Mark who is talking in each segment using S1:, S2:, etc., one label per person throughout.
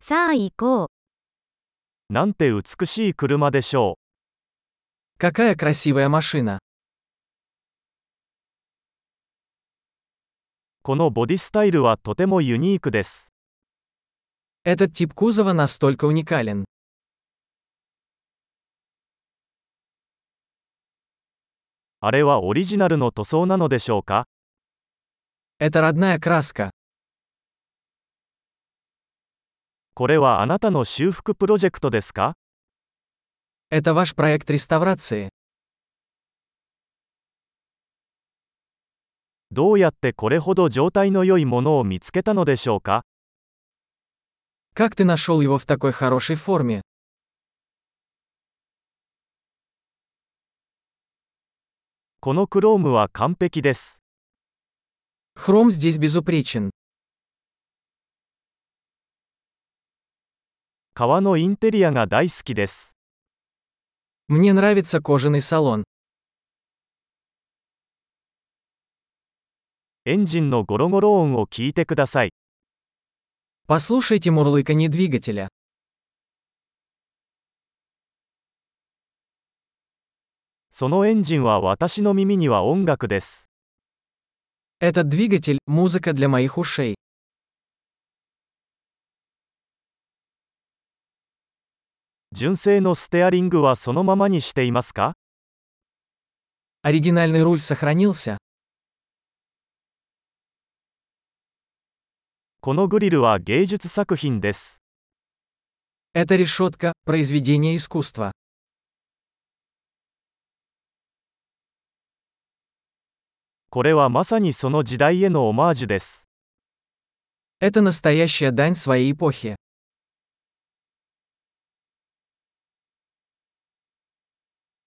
S1: さあ行こう。
S2: なんて美しい車でしょ
S3: Какая красивая машина.
S2: う。このボディスタイルはとてもユニークです。
S3: Этот тип кузова настолько уникален.
S2: あれはオリジナルの塗装なのでしょうか
S3: Это родная краска.
S2: これはあなたの修復プロジェクトですか
S3: Это ваш проект реставрации.
S2: どうやってこれほど状態の良いものを見つけたのでしょうか
S3: Как ты нашел его в такой хорошей форме?
S2: このクロームは完璧です。
S3: Хром здесь безупречен.
S2: 革のインテリアが大好きです。
S3: Мне нравится кожаный салон.
S2: エンジンのゴロゴロ音を聞いてください。
S3: Послушайте мурлыканье двигателя.
S2: そのエンジンは私の耳には音楽です。
S3: Этот двигатель – музыка для моих ушей.
S2: 純正のステアリングはそのままにしていますか
S3: Оригинальный руль сохранился.
S2: このグリルは芸術作品です。
S3: Это решетка – произведение искусства.
S2: これはまさにその時代へのオマージュです。
S3: Это настоящая дань своей эпохи.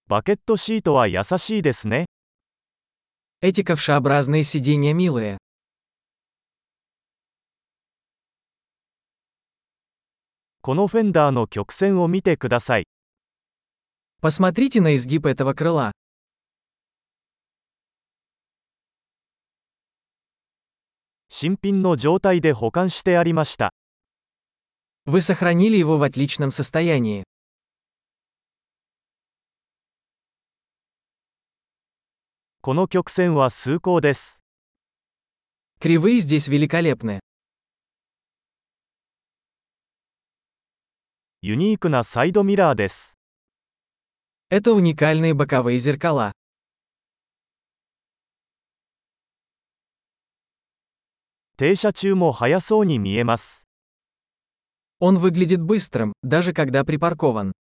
S2: バケットシートは優しいですね。
S3: Эти ковшеобразные сиденья милые.
S2: このフェンダーの曲線を見てください。
S3: Посмотрите на изгиб этого крыла.
S2: 新品の状態で保管してありました。
S3: Вы сохранили его в отличном состоянии.
S2: この曲線は崇高です。
S3: Кривые здесь великолепны.
S2: ユニークなサイドミラーです。
S3: Это уникальные боковые зеркала.
S2: 停車中も速そうに見えます。
S3: Он выглядит быстрым, даже когда припаркован.